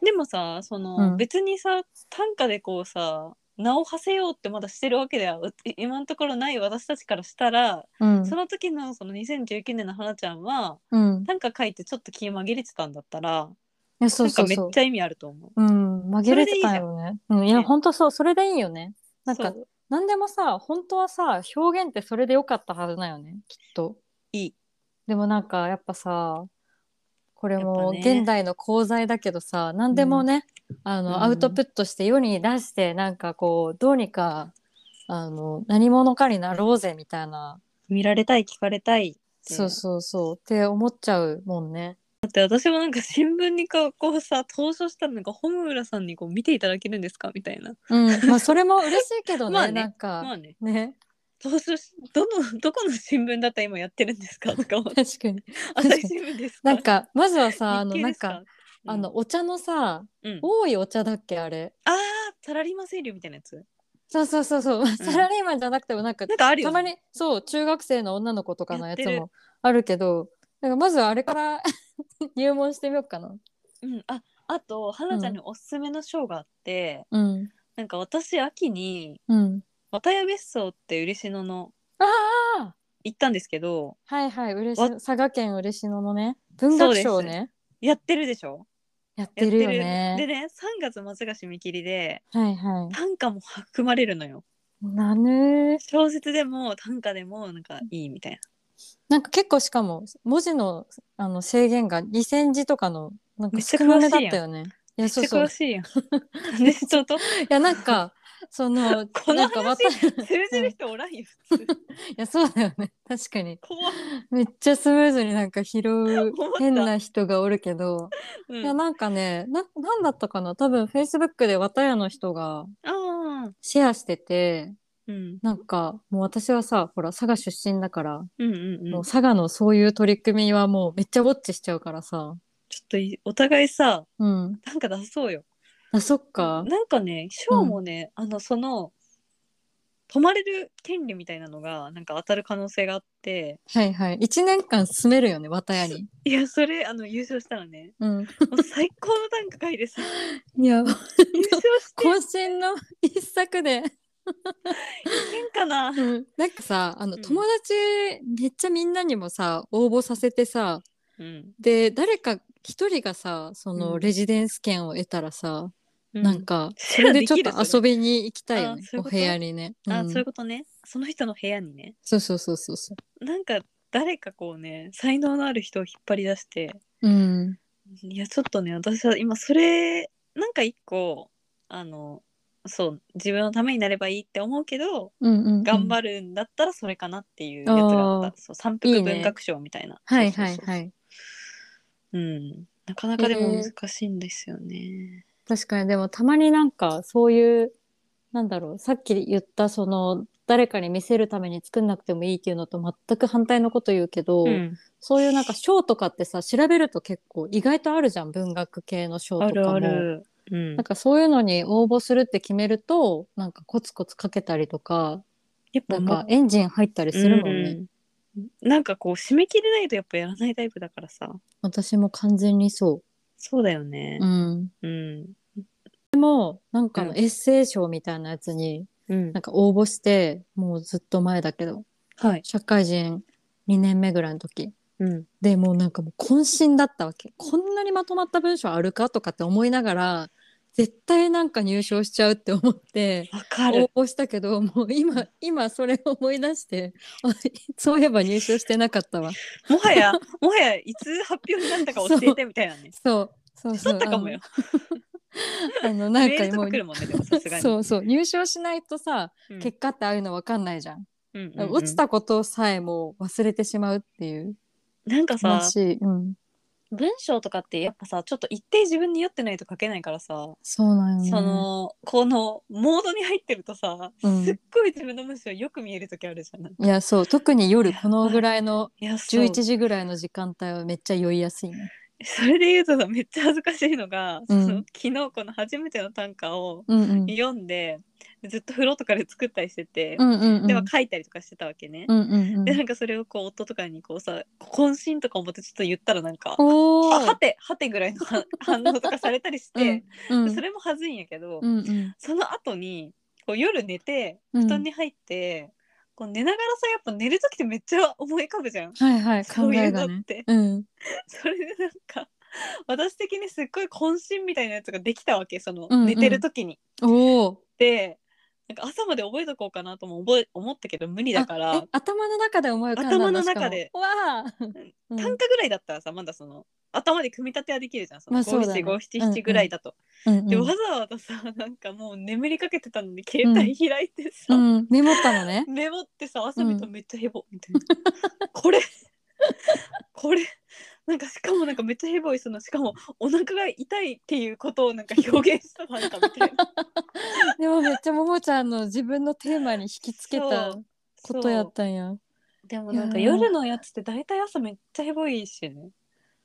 [SPEAKER 1] でもさその、
[SPEAKER 2] うん
[SPEAKER 1] 別にさ短歌でこうさ名を馳せようってまだしてるわけではう今のところない私たちからしたら、
[SPEAKER 2] うん
[SPEAKER 1] その時のその2019年の花ちゃんは
[SPEAKER 2] うん、
[SPEAKER 1] 短歌書いてちょっと気紛れてたんだったら
[SPEAKER 2] いやそうそう
[SPEAKER 1] なんか
[SPEAKER 2] そ
[SPEAKER 1] め
[SPEAKER 2] う
[SPEAKER 1] っち。ゃ意味あると思う。
[SPEAKER 2] うん、紛れてたよね。うん、いや
[SPEAKER 1] ね
[SPEAKER 2] 本当そうそれでいいよね。なん
[SPEAKER 1] そ
[SPEAKER 2] か
[SPEAKER 1] う
[SPEAKER 2] 何でもさ本当はさ表現ってそれでよかったはずだよねきっと。
[SPEAKER 1] いい
[SPEAKER 2] でもなんかやっぱさこれも
[SPEAKER 1] やっぱね
[SPEAKER 2] 現代の功罪だけどさ、何でもね、あの、
[SPEAKER 1] うん
[SPEAKER 2] アウトプットして世に出してなんかこうどうにかあの何者かになろうぜみたいな、
[SPEAKER 1] 見られたい聞かれたいで
[SPEAKER 2] そうそうそうって思っちゃうもんね。
[SPEAKER 1] だって私もなんか新聞にこうこうさ投書したのなんかホムラさんにこう見ていただけるんですかみたいな
[SPEAKER 2] うん、 [LAUGHS] まあそれも嬉しいけどね
[SPEAKER 1] まあね
[SPEAKER 2] なんか、
[SPEAKER 1] まあね
[SPEAKER 2] ね
[SPEAKER 1] 投書しどのどこの新聞だったら今やってるんですかとか思って
[SPEAKER 2] 確かに確
[SPEAKER 1] 朝
[SPEAKER 2] か
[SPEAKER 1] 日
[SPEAKER 2] に
[SPEAKER 1] 新聞ですか
[SPEAKER 2] なんかまずはさあの
[SPEAKER 1] 日経
[SPEAKER 2] な
[SPEAKER 1] で
[SPEAKER 2] ん
[SPEAKER 1] すか
[SPEAKER 2] か、あのお茶のさ
[SPEAKER 1] うんうん
[SPEAKER 2] 多いお茶だっけあれ
[SPEAKER 1] あーサラリーマン清流みたいなやつ
[SPEAKER 2] そうそうそうそう、サラリーマンじゃなくてもなんか
[SPEAKER 1] なんかあるよ
[SPEAKER 2] た
[SPEAKER 1] ね
[SPEAKER 2] まにそう中学生の女の子とかのやつ
[SPEAKER 1] やって
[SPEAKER 2] もあるけどなんかまずはあれから [LAUGHS] 入門してみようかな。
[SPEAKER 1] うんああと花ちゃんにおすすめの賞があって、
[SPEAKER 2] うん
[SPEAKER 1] なんか私秋に
[SPEAKER 2] うん、
[SPEAKER 1] 綿谷別荘って嬉野の
[SPEAKER 2] ああ
[SPEAKER 1] 行ったんですけど
[SPEAKER 2] はいはい嬉
[SPEAKER 1] わ
[SPEAKER 2] し佐賀県嬉野のね文学賞ね
[SPEAKER 1] やってるでしょ
[SPEAKER 2] やっ
[SPEAKER 1] や
[SPEAKER 2] てるよね。
[SPEAKER 1] でね3月末が締め切りで
[SPEAKER 2] はいは
[SPEAKER 1] 短歌も含まれるのよ
[SPEAKER 2] い。なぬー
[SPEAKER 1] 小説でも短歌でもなんかいいみたいな
[SPEAKER 2] なんか結構しかも文字のあの制限が2,000字とかのなんか
[SPEAKER 1] めっちゃ
[SPEAKER 2] 少なめだったよね。い
[SPEAKER 1] め
[SPEAKER 2] や
[SPEAKER 1] っち
[SPEAKER 2] そ
[SPEAKER 1] ゃ
[SPEAKER 2] うそう
[SPEAKER 1] 詳し
[SPEAKER 2] [LAUGHS]
[SPEAKER 1] いやん。でちょっと
[SPEAKER 2] いやなんかその
[SPEAKER 1] [LAUGHS] こ
[SPEAKER 2] な
[SPEAKER 1] の
[SPEAKER 2] んか
[SPEAKER 1] 話
[SPEAKER 2] また [LAUGHS] い
[SPEAKER 1] 通じる人おらんよ。普通
[SPEAKER 2] やそうだよね確かに
[SPEAKER 1] 怖っ
[SPEAKER 2] めっちゃスムーズになんか拾
[SPEAKER 1] [LAUGHS]
[SPEAKER 2] う
[SPEAKER 1] 思った
[SPEAKER 2] 変な人がおるけど、
[SPEAKER 1] う
[SPEAKER 2] い
[SPEAKER 1] ん、
[SPEAKER 2] や
[SPEAKER 1] あ
[SPEAKER 2] なんかねななんだったかな多分フェイスブックで綿谷の人が
[SPEAKER 1] あ、
[SPEAKER 2] シェアしてて
[SPEAKER 1] うん、
[SPEAKER 2] なんかもう私はさほら佐賀出身だから、
[SPEAKER 1] うんうんう
[SPEAKER 2] も
[SPEAKER 1] ん。
[SPEAKER 2] う
[SPEAKER 1] ちょ
[SPEAKER 2] 佐賀のそういう取り組みはもうめっちゃウォッチしちゃうからさ
[SPEAKER 1] っといお互いさ、
[SPEAKER 2] うん
[SPEAKER 1] なんか出そうよ。
[SPEAKER 2] あ、そっか。
[SPEAKER 1] なんかね賞もね、あのその泊まれる権利みたいなのがなんか当たる可能性があって
[SPEAKER 2] はいはい。一年間住めるよね、綿屋に。
[SPEAKER 1] いやそれあの優勝したらね
[SPEAKER 2] うん。
[SPEAKER 1] もう最高の段階 [LAUGHS] ですよ
[SPEAKER 2] いや、
[SPEAKER 1] 優勝して
[SPEAKER 2] 渾身の [LAUGHS] 一作で。
[SPEAKER 1] けんかな
[SPEAKER 2] なんかさ、あの、
[SPEAKER 1] うん
[SPEAKER 2] 友達、めっちゃみんなにもさ、応募させてさ、
[SPEAKER 1] うん、
[SPEAKER 2] で、誰か一人がさ、その、
[SPEAKER 1] うん
[SPEAKER 2] レジデンス券を得たらさ、
[SPEAKER 1] う
[SPEAKER 2] なんか、
[SPEAKER 1] そ
[SPEAKER 2] それでちょっと遊
[SPEAKER 1] び、
[SPEAKER 2] びに行きたいよね
[SPEAKER 1] [LAUGHS] あそうい
[SPEAKER 2] お
[SPEAKER 1] うこと
[SPEAKER 2] 部屋にね、
[SPEAKER 1] あ
[SPEAKER 2] うん
[SPEAKER 1] そういうことねその人の部屋にね
[SPEAKER 2] そうそうそうそうそ
[SPEAKER 1] なんか誰かこうね才能のある人を引っ張り出して
[SPEAKER 2] ううん
[SPEAKER 1] いやちょっとね私は今それなんか一個あのそう自分のためになればいいって思うけど
[SPEAKER 2] うんうんうん
[SPEAKER 1] 頑張るんだったらそれかなっていうやつがあった、
[SPEAKER 2] あー
[SPEAKER 1] そう三
[SPEAKER 2] い
[SPEAKER 1] 福
[SPEAKER 2] いね
[SPEAKER 1] 文学賞みたいな
[SPEAKER 2] はい
[SPEAKER 1] そう
[SPEAKER 2] は
[SPEAKER 1] そう
[SPEAKER 2] い
[SPEAKER 1] そう
[SPEAKER 2] はい
[SPEAKER 1] うんなかなかでも難しいんですよね、
[SPEAKER 2] 確かにでもたまになんかそういうなんだろうさっき言ったその誰かに見せるために作んなくてもいいっていうのと全く反対のこと言うけど、
[SPEAKER 1] うん
[SPEAKER 2] そういうなんか賞とかってさ調べると結構意外とあるじゃん文学系の賞と
[SPEAKER 1] あ
[SPEAKER 2] か
[SPEAKER 1] る
[SPEAKER 2] も
[SPEAKER 1] あるうん
[SPEAKER 2] なんかそういうのに応募するって決めるとなんかコツコツかけたりとか
[SPEAKER 1] やっ
[SPEAKER 2] な
[SPEAKER 1] ぱ
[SPEAKER 2] ん
[SPEAKER 1] も
[SPEAKER 2] かエンジン入ったりするもんね、
[SPEAKER 1] うんなんかこう締め切れないとやっぱやらないタイプだからさ
[SPEAKER 2] 私も完全にそ
[SPEAKER 1] そうだよね
[SPEAKER 2] う、うん、
[SPEAKER 1] うん
[SPEAKER 2] なんかの
[SPEAKER 1] うん
[SPEAKER 2] エッセイ賞みたいなやつに
[SPEAKER 1] うん
[SPEAKER 2] なんか応募してもうずっと前だけど
[SPEAKER 1] はい、
[SPEAKER 2] 社会人2年目ぐらいの時
[SPEAKER 1] うん、
[SPEAKER 2] でもうなんかもう渾身だったわけこんなにまとまった文章あるかとかって思いながら絶対なんか入賞しちゃうって思って
[SPEAKER 1] わかる
[SPEAKER 2] 応募したけどもう今今それを思い出して [LAUGHS] あそういえば入賞してなかったわ
[SPEAKER 1] もはや、もはや、いつ発表になったか教えてみたいなね。
[SPEAKER 2] そうそう
[SPEAKER 1] そ
[SPEAKER 2] そ
[SPEAKER 1] だ
[SPEAKER 2] う
[SPEAKER 1] ったかもよ。
[SPEAKER 2] あのあのな
[SPEAKER 1] メ
[SPEAKER 2] んか
[SPEAKER 1] ールと
[SPEAKER 2] も
[SPEAKER 1] か
[SPEAKER 2] う
[SPEAKER 1] 来るもんね、でもさすがに。
[SPEAKER 2] そうそう入賞しないとさ
[SPEAKER 1] うん
[SPEAKER 2] 結果ってああいうの分かんないじゃん
[SPEAKER 1] うんうんうん
[SPEAKER 2] 落ちたことさえも忘れてしまうっていう
[SPEAKER 1] なんかさ
[SPEAKER 2] 悲、しい、うん、
[SPEAKER 1] 文章とかってやっぱさ、ちょっと一定自分に酔ってないと書けないからさ、
[SPEAKER 2] そうなんよね
[SPEAKER 1] その、このモードに入ってるとさ、
[SPEAKER 2] うん
[SPEAKER 1] すっごい自分の文章よく見える時あるじゃん。い
[SPEAKER 2] いやそう特に夜このぐらいの
[SPEAKER 1] や、そう
[SPEAKER 2] 11時ぐらいの時間帯はめっちゃ酔いやすいね。
[SPEAKER 1] それで言うとさ、めっちゃ恥ずかしいのが、
[SPEAKER 2] うん
[SPEAKER 1] その昨日この初めての短歌を
[SPEAKER 2] うんうん
[SPEAKER 1] 読んで、ずっと風呂とかで作ったりしてて、
[SPEAKER 2] うんうんうん
[SPEAKER 1] では書いたりとかしてたわけね。
[SPEAKER 2] うんうんう
[SPEAKER 1] でなんんかそれをこう夫とかにこうさ渾身とか思ってちょっと言ったらなんか「
[SPEAKER 2] お
[SPEAKER 1] あは
[SPEAKER 2] ー
[SPEAKER 1] てはて」ぐらいのは [LAUGHS] 反応とかされたりして、
[SPEAKER 2] うん
[SPEAKER 1] それもはずいんやけど、
[SPEAKER 2] うんうん
[SPEAKER 1] その後にこう夜寝て
[SPEAKER 2] うん
[SPEAKER 1] 布団に入って、こう寝ながらさやっぱ寝る時ってめっちゃ思い浮かぶじゃん。
[SPEAKER 2] はいはい
[SPEAKER 1] そ
[SPEAKER 2] 考
[SPEAKER 1] うい
[SPEAKER 2] え
[SPEAKER 1] うの
[SPEAKER 2] が
[SPEAKER 1] っ
[SPEAKER 2] ね。
[SPEAKER 1] て、
[SPEAKER 2] うん
[SPEAKER 1] それでなんか私的にすっごい渾身みたいなやつができたわけその、
[SPEAKER 2] うんうん
[SPEAKER 1] 寝てる時に。
[SPEAKER 2] おお
[SPEAKER 1] でなんか朝まで覚えとこうかなとも覚え思ったけど無理だから
[SPEAKER 2] 頭の中で思い浮かんだ
[SPEAKER 1] 頭の中で
[SPEAKER 2] しかもわあ、うん
[SPEAKER 1] 短歌ぐらいだったらさまだその頭で組み立てはできるじゃんその
[SPEAKER 2] まあそう
[SPEAKER 1] 五
[SPEAKER 2] だね
[SPEAKER 1] 七五七七ぐらいだと。
[SPEAKER 2] うん
[SPEAKER 1] で
[SPEAKER 2] う
[SPEAKER 1] わ
[SPEAKER 2] ん
[SPEAKER 1] ざわざさなんかもう眠りかけてたのに携帯開いてさ、
[SPEAKER 2] うんメモったのね。
[SPEAKER 1] メモってさ朝見たらめっちゃヘボみたいな、 [LAUGHS] これこれなんかしかもなんかめっちゃヘボいそのしかもお腹が痛いっていうことをなんか表現したなんかみたいな
[SPEAKER 2] でもめっちゃももちゃんの自分のテーマに引きつけた
[SPEAKER 1] そう
[SPEAKER 2] ことやったんや。
[SPEAKER 1] そうでもなんか
[SPEAKER 2] いやー
[SPEAKER 1] 夜のやつって大体朝めっちゃヘボいしね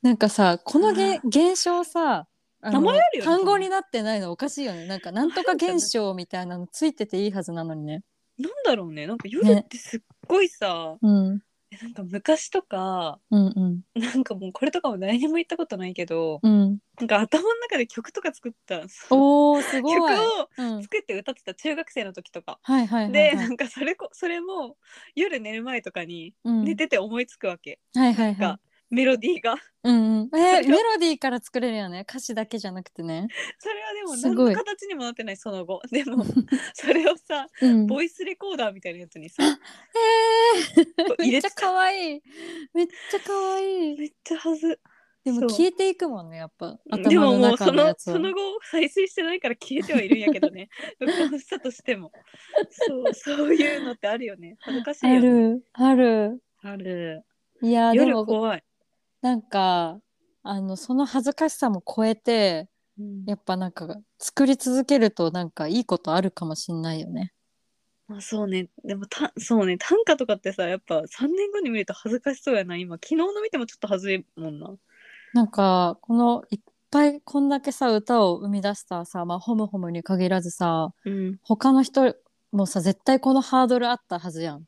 [SPEAKER 2] なんかさこのげ現象さあ
[SPEAKER 1] 名
[SPEAKER 2] の
[SPEAKER 1] 前あるよね
[SPEAKER 2] 単語になってないのおかしいよねなんかなんとか現象みたいなのついてていいはずなのにね
[SPEAKER 1] なんだろうねなんか夜ってすっごいさ、
[SPEAKER 2] うん
[SPEAKER 1] えなんか昔とか
[SPEAKER 2] うんうん
[SPEAKER 1] なんかもうこれとかも誰にも言ったことないけど
[SPEAKER 2] うん
[SPEAKER 1] なんか頭の中で曲とか作ったんです曲
[SPEAKER 2] おーすごい、
[SPEAKER 1] を
[SPEAKER 2] うん、
[SPEAKER 1] 作って歌ってた中学生の時とか。
[SPEAKER 2] はいはいはい、はい、
[SPEAKER 1] でなんかそれこそれも夜寝る前とかに
[SPEAKER 2] うん、
[SPEAKER 1] 寝てて思いつくわけ、
[SPEAKER 2] はいはい
[SPEAKER 1] なん
[SPEAKER 2] は
[SPEAKER 1] かメロディーが [LAUGHS]
[SPEAKER 2] いうんうんえ
[SPEAKER 1] それ
[SPEAKER 2] ー、
[SPEAKER 1] を
[SPEAKER 2] メロディーから作れるよね歌詞だけじゃなくてね
[SPEAKER 1] それはでも
[SPEAKER 2] す
[SPEAKER 1] 何
[SPEAKER 2] ごい
[SPEAKER 1] の形にもなってないその後で
[SPEAKER 2] [LAUGHS]
[SPEAKER 1] もそれをさ
[SPEAKER 2] うん
[SPEAKER 1] ボイスレコーダーみたいなやつに
[SPEAKER 2] [LAUGHS]
[SPEAKER 1] さ
[SPEAKER 2] え [LAUGHS]
[SPEAKER 1] こう
[SPEAKER 2] ー、
[SPEAKER 1] 入
[SPEAKER 2] め
[SPEAKER 1] れ
[SPEAKER 2] っち
[SPEAKER 1] て
[SPEAKER 2] ゃ可愛いめっちゃ可愛い
[SPEAKER 1] めっちゃはず
[SPEAKER 2] でも
[SPEAKER 1] そう
[SPEAKER 2] 消えていくもんねやっぱ
[SPEAKER 1] で
[SPEAKER 2] 頭
[SPEAKER 1] も
[SPEAKER 2] の
[SPEAKER 1] もう
[SPEAKER 2] 中
[SPEAKER 1] そ
[SPEAKER 2] の
[SPEAKER 1] の
[SPEAKER 2] やつは
[SPEAKER 1] その後再生してないから消えてはいるんやけど
[SPEAKER 2] [LAUGHS]
[SPEAKER 1] ね録音したとしてもそうそういうのってあるよね恥ずかしい
[SPEAKER 2] あ
[SPEAKER 1] よね
[SPEAKER 2] るある
[SPEAKER 1] ある
[SPEAKER 2] いやーで
[SPEAKER 1] 夜
[SPEAKER 2] も
[SPEAKER 1] 怖い、
[SPEAKER 2] なんかあのその恥ずかしさも超えて
[SPEAKER 1] うん
[SPEAKER 2] やっぱなんか作り続けるとなんかいいことあるかもしんないよね。
[SPEAKER 1] まあ、そうねでもたそうね短歌とかってさやっぱ3年後に見ると恥ずかしそうやな今昨日の見てもちょっと恥ずいもんな
[SPEAKER 2] なんかこの1ぱいこんだけさ歌を生み出したさ、まあ、ホムホムに限らずさ
[SPEAKER 3] うん
[SPEAKER 2] 他の人もさ絶対このハードルあったはずやん。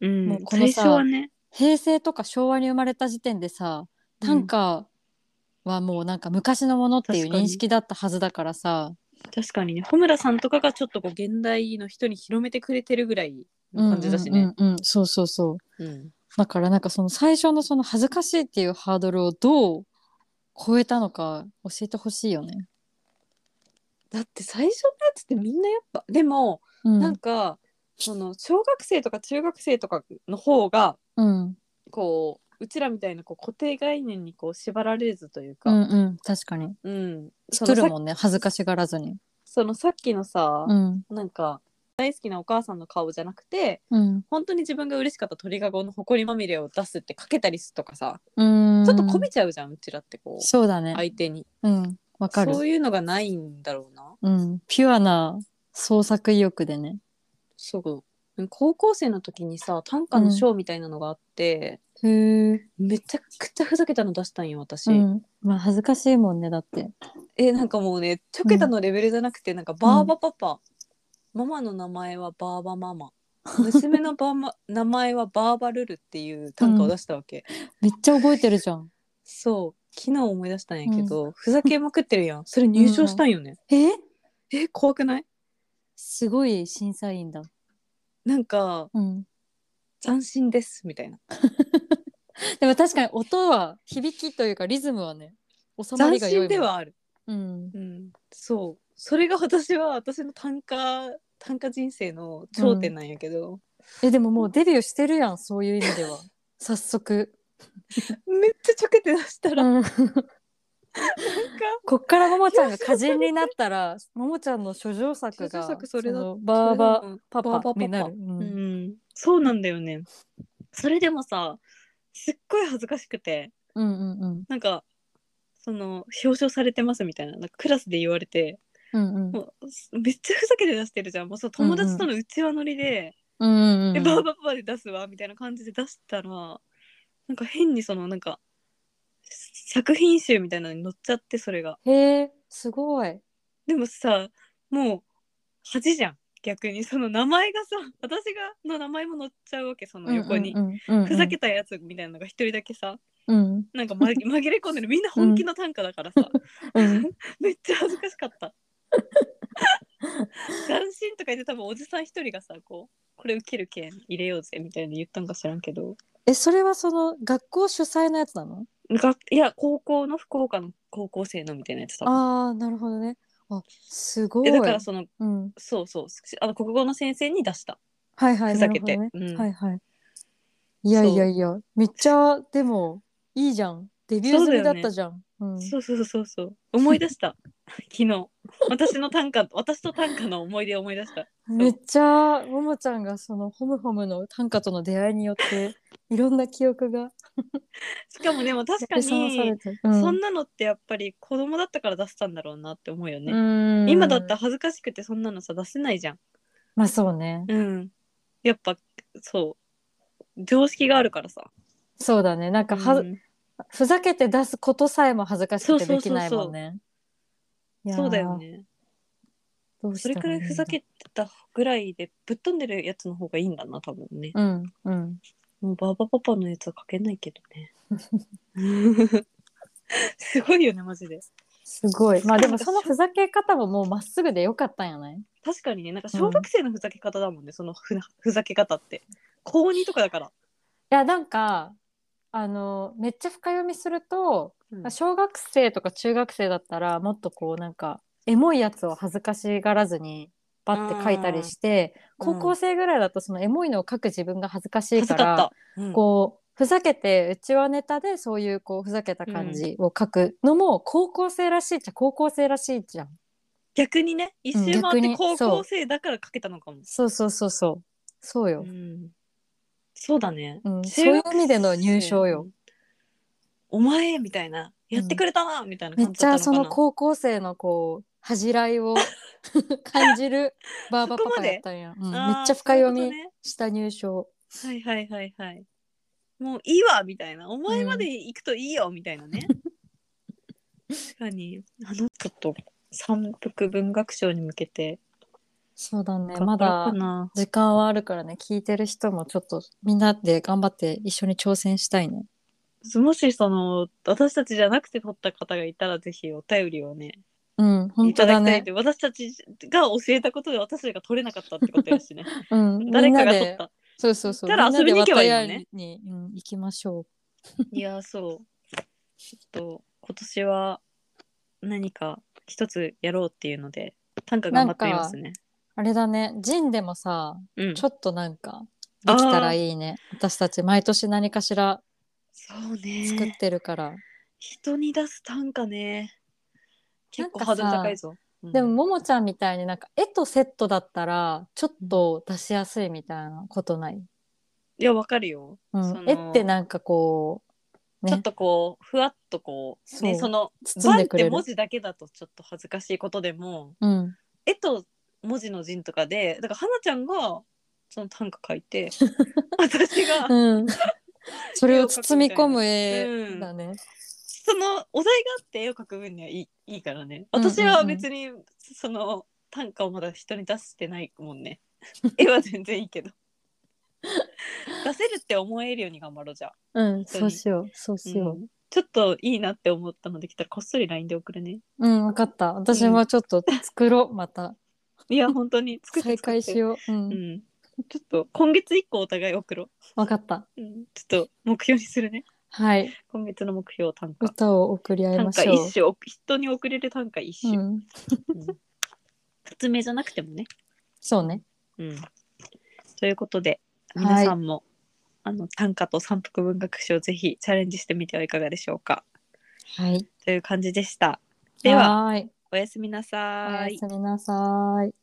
[SPEAKER 3] うん
[SPEAKER 2] もうこの
[SPEAKER 3] 最
[SPEAKER 2] さ
[SPEAKER 3] 初はね
[SPEAKER 2] 平成とか昭和に生まれた時点でさ短歌はもうなんか昔のものっていう
[SPEAKER 3] 確かに
[SPEAKER 2] 認識だったはずだからさ
[SPEAKER 3] 確かにね
[SPEAKER 1] 穂村さんとかがちょっとこう現代の人に広めてくれてるぐらいの感じだしね。
[SPEAKER 2] うんうんうんうんそうそうそう
[SPEAKER 4] うん
[SPEAKER 2] だからなんかその最初のその恥ずかしいっていうハードルをどう超えたのか教えてほしいよね。
[SPEAKER 1] だって最初のやつってみんなやっぱでも
[SPEAKER 2] うん
[SPEAKER 1] なんか、その小学生とか中学生とかの方が
[SPEAKER 2] うん
[SPEAKER 1] こううちらみたいなこう固定概念にこう縛られずという
[SPEAKER 2] うん
[SPEAKER 1] か、
[SPEAKER 2] うん確かに
[SPEAKER 1] うんそ
[SPEAKER 2] 作
[SPEAKER 1] のさ
[SPEAKER 2] るもんね恥ずかしがらずに。
[SPEAKER 1] そのさっきのさ、
[SPEAKER 2] うん
[SPEAKER 1] なんか大好きなお母さんの顔じゃなくて
[SPEAKER 2] うん
[SPEAKER 1] 本当に自分が嬉しかった鳥籠の埃まみれを出すってかけたりすとかさ、
[SPEAKER 2] うん
[SPEAKER 1] ちょっとこびちゃうじゃんうちらってこう
[SPEAKER 2] そうだね。
[SPEAKER 1] 相手に
[SPEAKER 2] うんわかる
[SPEAKER 1] そういうのがないんだろうな
[SPEAKER 2] うん、ピュアな創作意欲でね。
[SPEAKER 1] そう高校生の時にさ短歌のショーみたいなのがあって、
[SPEAKER 2] へえ。
[SPEAKER 1] めちゃくちゃふざけたの出したんよ私、
[SPEAKER 2] うん。まあ恥ずかしいもんねだって。
[SPEAKER 1] えなんかもうねちょけたのレベルじゃなくて、なんかバーバパパ、ママの名前はバーバママ娘のバーマ名前はバーバルルっていう短歌を出したわけ、
[SPEAKER 2] めっちゃ覚えてるじゃん。
[SPEAKER 1] そう昨日思い出したんやけど、ふざけまくってるやんそれ入賞したんよね、
[SPEAKER 2] え？
[SPEAKER 1] え怖くない
[SPEAKER 2] すごい審査員だ。
[SPEAKER 1] なんか
[SPEAKER 2] うん。
[SPEAKER 1] 斬新ですみたいな
[SPEAKER 2] でも確かに音は響きというかリズムはね収ま
[SPEAKER 1] 斬
[SPEAKER 2] りが良いもん
[SPEAKER 1] 新ではある
[SPEAKER 2] うん。
[SPEAKER 1] うん、そうそれが私は私の短歌短歌人生の頂点なんやけど、
[SPEAKER 2] えでももうデビューしてるやんそういう意味では。 [LAUGHS] 早速。
[SPEAKER 1] めっちゃちょけて出したら、
[SPEAKER 2] う
[SPEAKER 1] な
[SPEAKER 2] ん。
[SPEAKER 1] んか
[SPEAKER 2] こっからももちゃんが歌人になったら [LAUGHS] ももちゃんの諸女作が
[SPEAKER 1] 諸女作それだ
[SPEAKER 2] のバーバパ
[SPEAKER 1] バーバパ
[SPEAKER 2] パ
[SPEAKER 1] パ
[SPEAKER 2] になる。う
[SPEAKER 1] うんん、そうなんだよねそれでもさすっごい恥ずかしくて
[SPEAKER 2] うんうん
[SPEAKER 1] なんかその表彰されてますみたいななんかクラスで言われて
[SPEAKER 2] うんうん
[SPEAKER 1] もうめっちゃふざけて出してるじゃんもうそう友達とのうちわ乗りで、
[SPEAKER 2] うんうんうん [LAUGHS]
[SPEAKER 1] でバーバパパで出すわみたいな感じで出したらなんか変にそのなんか作品集みたいなのに載っちゃってそれが
[SPEAKER 2] へえすごい。
[SPEAKER 1] でもさもう恥じゃん逆にその名前がさ私がの名前も載っちゃうわけその横に、
[SPEAKER 2] うんうんうんうん
[SPEAKER 1] ふざけたやつみたいなのが一人だけさ
[SPEAKER 2] うん
[SPEAKER 1] なんか、ま、
[SPEAKER 2] [LAUGHS]
[SPEAKER 1] 紛れ込んでるみんな本気の短歌だからさ、
[SPEAKER 2] うん、
[SPEAKER 1] めっちゃ恥ずかしか [LAUGHS] った。斬新とか言って多分おじさん一人がさこうこれ受ける件入れようぜみたいに言ったんか知らんけど
[SPEAKER 2] えそれはその学校主催のやつなの
[SPEAKER 1] がいや高校の福岡の高校生のみたいなやつだ
[SPEAKER 2] ああなるほどねあすごい
[SPEAKER 1] えだからその
[SPEAKER 2] うん、
[SPEAKER 1] そうそうあの国語の先生に出した
[SPEAKER 2] はいはい
[SPEAKER 1] ふざけて、
[SPEAKER 2] なる
[SPEAKER 1] うん
[SPEAKER 2] ほどねはいはいいやいやいやめっちゃでもいいじゃんデビュー済みだったじゃんう,、
[SPEAKER 1] そうそうそうそう [LAUGHS] 思い出した昨日私の短歌私と短歌の思い出を思い出した
[SPEAKER 2] ん、めっちゃももちゃんがそのホムホムの短歌との出会いによっていろんな記憶が
[SPEAKER 1] しかもでも確か
[SPEAKER 2] 呼び覚まさ
[SPEAKER 1] に
[SPEAKER 2] れてる、
[SPEAKER 1] そんな
[SPEAKER 2] な
[SPEAKER 1] のってやっぱり子供だったから出したんだろうなって思うよね、今だったら恥ずかしくてそんなのさ出せないじゃん
[SPEAKER 2] まあそうね
[SPEAKER 1] うんやっぱそう常識があるからさ
[SPEAKER 2] そうだねなんかは、
[SPEAKER 1] うん
[SPEAKER 2] ふざけて出すことさえも恥ずかしくてできない
[SPEAKER 1] そうそうそうそう
[SPEAKER 2] もんね。
[SPEAKER 1] そうだよ
[SPEAKER 2] いやー。
[SPEAKER 1] ね
[SPEAKER 2] どうし
[SPEAKER 1] そ
[SPEAKER 2] た
[SPEAKER 1] れくらい
[SPEAKER 2] んだ
[SPEAKER 1] ふざけてたぐらいでぶっ飛んでるやつの方がいいんだな多分ね、
[SPEAKER 2] うんうん。
[SPEAKER 1] もうバーバパパのやつは書けないけど
[SPEAKER 2] [LAUGHS]
[SPEAKER 1] ねすごいよねマジです
[SPEAKER 2] ごい。まあでもそのふざけ方ももうまっすぐでよかったんやない
[SPEAKER 1] 確かにねなんか小学生のふざけ方だもんね、そのふふざけ方って高2とかだから、
[SPEAKER 2] いやなんかあのめっちゃ深読みすると、
[SPEAKER 1] うん
[SPEAKER 2] 小学生とか中学生だったらもっとこうなんかエモいやつを恥ずかしがらずにバッて書いたりして
[SPEAKER 1] うん
[SPEAKER 2] 高校生ぐらいだとそのエモいのを書く自分が恥ずかしい
[SPEAKER 1] 恥
[SPEAKER 2] か
[SPEAKER 1] ず
[SPEAKER 2] ら。
[SPEAKER 1] かった、うん
[SPEAKER 2] こうふざけてうちわネタでそういうこうふざけた感じを書くのも高校生らしいっちゃ高校生らしいじゃん。
[SPEAKER 1] 逆にね一周回っ
[SPEAKER 2] 逆
[SPEAKER 1] て
[SPEAKER 2] に
[SPEAKER 1] 高
[SPEAKER 2] そう
[SPEAKER 1] 校生だから書けたのかも、
[SPEAKER 2] そうそうそうそうそうよ
[SPEAKER 1] う。んそうだね、
[SPEAKER 2] う
[SPEAKER 1] 中
[SPEAKER 2] ん
[SPEAKER 1] 学生
[SPEAKER 2] そういう意味での入賞よ
[SPEAKER 1] お前みたいなやってくれたな、みたいな
[SPEAKER 2] めっ
[SPEAKER 1] 感じ
[SPEAKER 2] ち
[SPEAKER 1] だ
[SPEAKER 2] ゃ
[SPEAKER 1] った
[SPEAKER 2] そ
[SPEAKER 1] のかな
[SPEAKER 2] の高校生のこう恥じらいを [LAUGHS] 感じるバーバパパやったんや。うん、めっ
[SPEAKER 1] あー
[SPEAKER 2] ちゃ深
[SPEAKER 1] そうい
[SPEAKER 2] 読
[SPEAKER 1] う
[SPEAKER 2] み
[SPEAKER 1] ことね
[SPEAKER 2] した入賞。
[SPEAKER 1] はいはいはいはい。もういいわみたいな。お前まで行くといいよみたいなね。確かにあのちょっと三福文学賞に向けて
[SPEAKER 2] そうだね。
[SPEAKER 1] 頑張ろ
[SPEAKER 2] ま
[SPEAKER 1] う
[SPEAKER 2] だ
[SPEAKER 1] かな
[SPEAKER 2] 時間はあるからね、聞いてる人もちょっとみんなで頑張って一緒に挑戦したいね。
[SPEAKER 1] もしその私たちじゃなくて撮った方がいたらぜひお便りをね
[SPEAKER 2] うん、本
[SPEAKER 1] いただ
[SPEAKER 2] 当だ
[SPEAKER 1] きたいっ
[SPEAKER 2] ね
[SPEAKER 1] て。私たちが教えたことで私たちが取れなかったってことやし
[SPEAKER 2] [LAUGHS]
[SPEAKER 1] ね
[SPEAKER 2] うん、
[SPEAKER 1] 誰か
[SPEAKER 2] みんな
[SPEAKER 1] が取っ
[SPEAKER 2] で
[SPEAKER 1] た
[SPEAKER 2] そうそうそう。
[SPEAKER 1] 行ったら遊びに行けばいいのね
[SPEAKER 2] みんなで綿谷に、うん、行きましょ
[SPEAKER 1] いやーそうちょっと今年は何か一つやろうっていうので短歌頑張ってみますね
[SPEAKER 2] う。あれだね、ジンでもさ、
[SPEAKER 1] うん
[SPEAKER 2] ちょっとなんかできたらいいね。私たち毎年何かしら
[SPEAKER 1] そう
[SPEAKER 2] 作っ
[SPEAKER 1] ね
[SPEAKER 2] てるから。
[SPEAKER 1] 人に出す短歌ね結構
[SPEAKER 2] なん
[SPEAKER 1] ハ
[SPEAKER 2] か
[SPEAKER 1] ード
[SPEAKER 2] さ
[SPEAKER 1] ル高いぞ、うん
[SPEAKER 2] でもももちゃんみたいになんか絵とセットだったらちょっと出しやすいみたいなことない、
[SPEAKER 1] いやわかるよ、
[SPEAKER 2] う
[SPEAKER 1] そ
[SPEAKER 2] ん、
[SPEAKER 1] の
[SPEAKER 2] 絵ってなんかこう
[SPEAKER 1] ちょっ
[SPEAKER 2] ね
[SPEAKER 1] とこうふわっとこうね
[SPEAKER 2] そう
[SPEAKER 1] その
[SPEAKER 2] 包んでくれる
[SPEAKER 1] バンって文字だけだとちょっと恥ずかしいことでも
[SPEAKER 2] うん
[SPEAKER 1] 絵と文字の陣とかでだから花ちゃんがその短歌書い
[SPEAKER 2] [LAUGHS]
[SPEAKER 1] て私 [LAUGHS] が
[SPEAKER 2] うん、それを包み込む絵だね、
[SPEAKER 1] そのお題があって絵を描く分にはいいいいからね
[SPEAKER 2] うんうんうん
[SPEAKER 1] 私は別にその短歌をまだ人に出してないもん
[SPEAKER 2] [LAUGHS]
[SPEAKER 1] ね絵は全然いいけど出せるって思えるように頑張ろうじゃあ、
[SPEAKER 2] うん、そうしようそうしよ
[SPEAKER 1] うんちょっといいなって思ったのできたらこっそり LINE で送るね
[SPEAKER 2] ううん、わかった私はちょっと作ろうまた
[SPEAKER 1] いや本当に作って作って
[SPEAKER 2] 再開しようう
[SPEAKER 1] うんん、ちょっと今月一個お互い送ろ
[SPEAKER 2] わかった
[SPEAKER 1] う、うん、ちょっと目標にするね
[SPEAKER 2] はい
[SPEAKER 1] 今月の目標短歌
[SPEAKER 2] 歌を送り合い
[SPEAKER 1] 短
[SPEAKER 2] ま
[SPEAKER 1] 歌
[SPEAKER 2] しょ
[SPEAKER 1] 一首人に送れる短歌一
[SPEAKER 2] う、う
[SPEAKER 1] 首、
[SPEAKER 2] ん、
[SPEAKER 1] うん発明じゃなくてもね、
[SPEAKER 2] そうね
[SPEAKER 1] うん、ということで
[SPEAKER 2] はい
[SPEAKER 1] 皆さんも、あの短歌と三福文学賞ぜひチャレンジしてみてはいかがでしょうか
[SPEAKER 2] はい
[SPEAKER 1] という感じでしたでは
[SPEAKER 2] ーい
[SPEAKER 1] おやすみなさ
[SPEAKER 2] お
[SPEAKER 1] ー
[SPEAKER 2] や
[SPEAKER 1] い
[SPEAKER 2] すみなさーい